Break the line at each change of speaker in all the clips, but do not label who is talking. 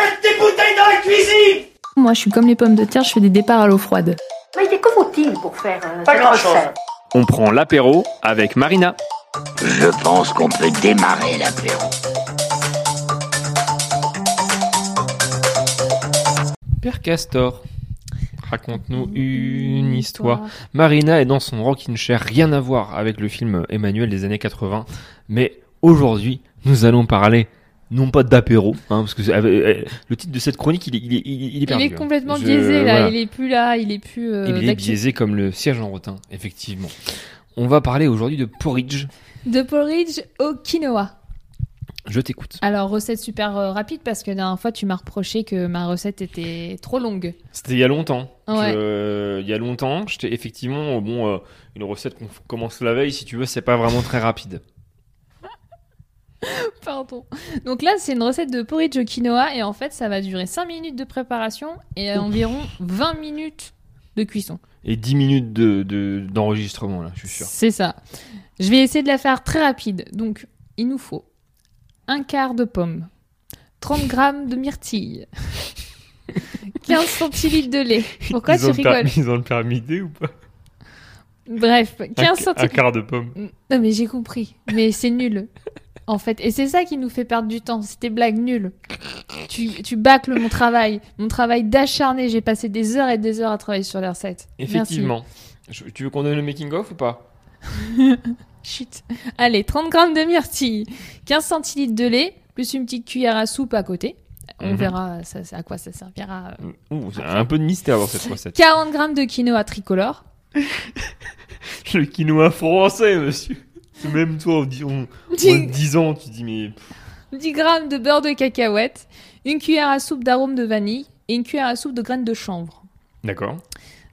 allez dans la cuisine
Moi, je suis comme les pommes de terre, je fais des départs à l'eau froide.
Mais que faut-il pour faire euh,
Pas
cette
grand-chose.
recette
On prend l'apéro avec Marina.
Je pense qu'on peut démarrer l'apéro.
Père Castor, raconte-nous une histoire. Marina est dans son rocking chair, rien à voir avec le film Emmanuel des années 80. Mais aujourd'hui, nous allons parler non pas d'apéro, hein, parce que c'est- euh, euh, le titre de cette chronique, il est, il est, il est
Il
perdu,
est
hein.
complètement
Je-
biaisé là,
voilà.
il est plus là, il est plus. euh,
Il est
d'actu-
biaisé comme le siège en rotin, effectivement. On va parler aujourd'hui de porridge.
De porridge au quinoa.
Je t'écoute.
Alors, recette super euh, rapide parce que la dernière fois, tu m'as reproché que ma recette était trop longue.
C'était il y a longtemps.
Ouais.
Je- euh, il y a longtemps, j'étais effectivement, bon, euh, une recette qu'on f- commence la veille, si tu veux, c'est pas vraiment très rapide.
Pardon. Donc là, c'est une recette de porridge au quinoa et en fait, ça va durer 5 minutes de préparation et environ 20 minutes de cuisson.
Et 10 minutes de- de- d'enregistrement, là, je suis sûr.
C'est ça. Je vais essayer de la faire très rapide. Donc, il nous faut un quart de pomme, 30 grammes de myrtille, 15 centilitres de lait. Pourquoi tu rigoles
Ils ont le permis D ou pas
Bref, 15 centilitres.
quart de pomme.
Non, mais j'ai compris. Mais c'est nul. En fait, et c'est ça qui nous fait perdre du temps, c'est tes blagues nulles. Tu, tu bâcles mon travail, mon travail d'acharné. J'ai passé des heures et des heures à travailler sur les recettes. Merci.
Effectivement. Je- tu veux qu'on donne le making-of ou pas
Chut. Allez, 30 grammes de myrtille, 15 centilitres de lait, plus une petite cuillère à soupe à côté. On
Mhm.
verra ça- ça- à quoi ça servira. euh.
Ouh, c'est un peu de mystère dans cette recette.
40 grammes de quinoa tricolore.
Le quinoa français, monsieur. Même toi, en 10,
Dix-
ans, tu dis, mais
10 grammes de beurre de cacahuète, une cuillère à soupe d'arôme de vanille et une cuillère à soupe de graines de chanvre.
D'accord.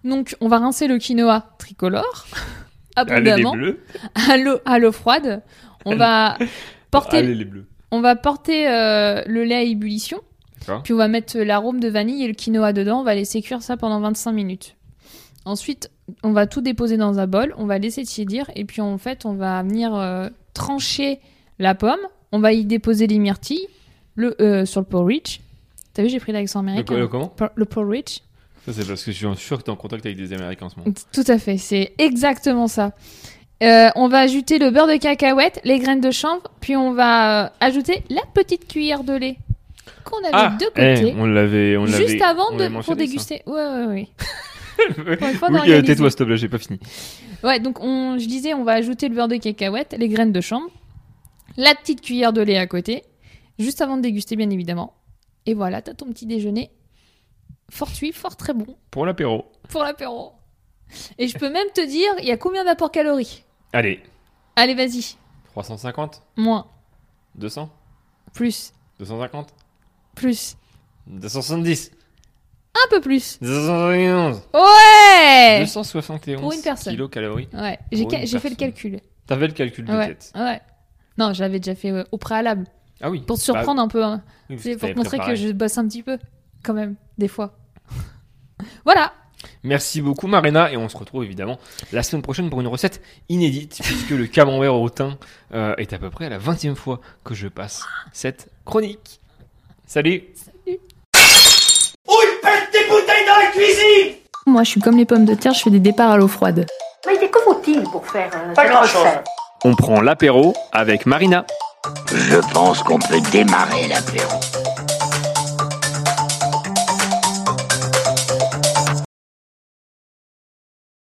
Donc, on va rincer le quinoa tricolore
Allez les
abondamment
bleus.
à l'eau à l'eau froide. On va porter,
Allez les bleus.
on va porter euh, le lait à ébullition.
D'accord.
Puis on va mettre l'arôme de vanille et le quinoa dedans. On va laisser cuire ça pendant 25 minutes. Ensuite, on va tout déposer dans un bol. On va laisser tiédir. Et puis en fait, on va venir euh, trancher la pomme. On va y déposer les myrtilles le, euh, sur le porridge. T'as vu, j'ai pris l'accent
Le,
américain.
co- le comment
Por- le porridge.
Ça, c'est parce que je suis sûr que t'es en contact avec des Américains en ce moment.
Tout à fait, c'est exactement ça. Euh, on va ajouter le beurre de cacahuète, les graines de chanvre, puis on va euh, ajouter la petite cuillère de lait qu'on avait de côté,
eh, on l'avait, on l'avait.
juste avant
on
de,
l'avait
pour
mentionné,
déguster. Ouais, ouais, ouais.
ça.
Pour une fois, on a
oui, euh,
organisé.
tais-toi, s'il te plaît, j'ai pas fini.
Ouais, donc on, je disais, on va ajouter le beurre de cacahuète, les graines de chanvre, la petite cuillère de lait à côté, juste avant de déguster, bien évidemment. Et voilà, t'as ton petit déjeuner fortuit, fort très bon
Pour l'apéro.
pour l'apéro. Et je peux même te dire, il y a combien d'apports caloriques
Allez,
Allez, vas-y.
350
Moins,
200
plus,
250
plus,
270
un peu plus.
271
Ouais
271
Eh. Pour une personne.
kilocalories.
Ouais, j'ai
Pour
ca-
une
j'ai fait le
personne.
calcul.
T'avais le calcul de
Ouais,
tête.
ouais. Non, j'avais déjà fait euh, au préalable.
Ah oui.
Pour te surprendre un peu, hein. C'est pour te montrer que je bosse un petit peu, quand même, des fois. voilà
Merci beaucoup Marina et on se retrouve évidemment la semaine prochaine pour une recette inédite puisque le camembert au thym euh, est à peu près la 20e fois que je passe cette chronique. Salut
Ou il pète des bouteilles dans la cuisine
Moi, je suis comme les pommes de terre, je fais des départs à l'eau froide.
Mais que faut-il pour faire euh,
Pas
cette
grand-chose.
recette
On prend l'apéro avec Marina.
Je pense qu'on peut démarrer l'apéro.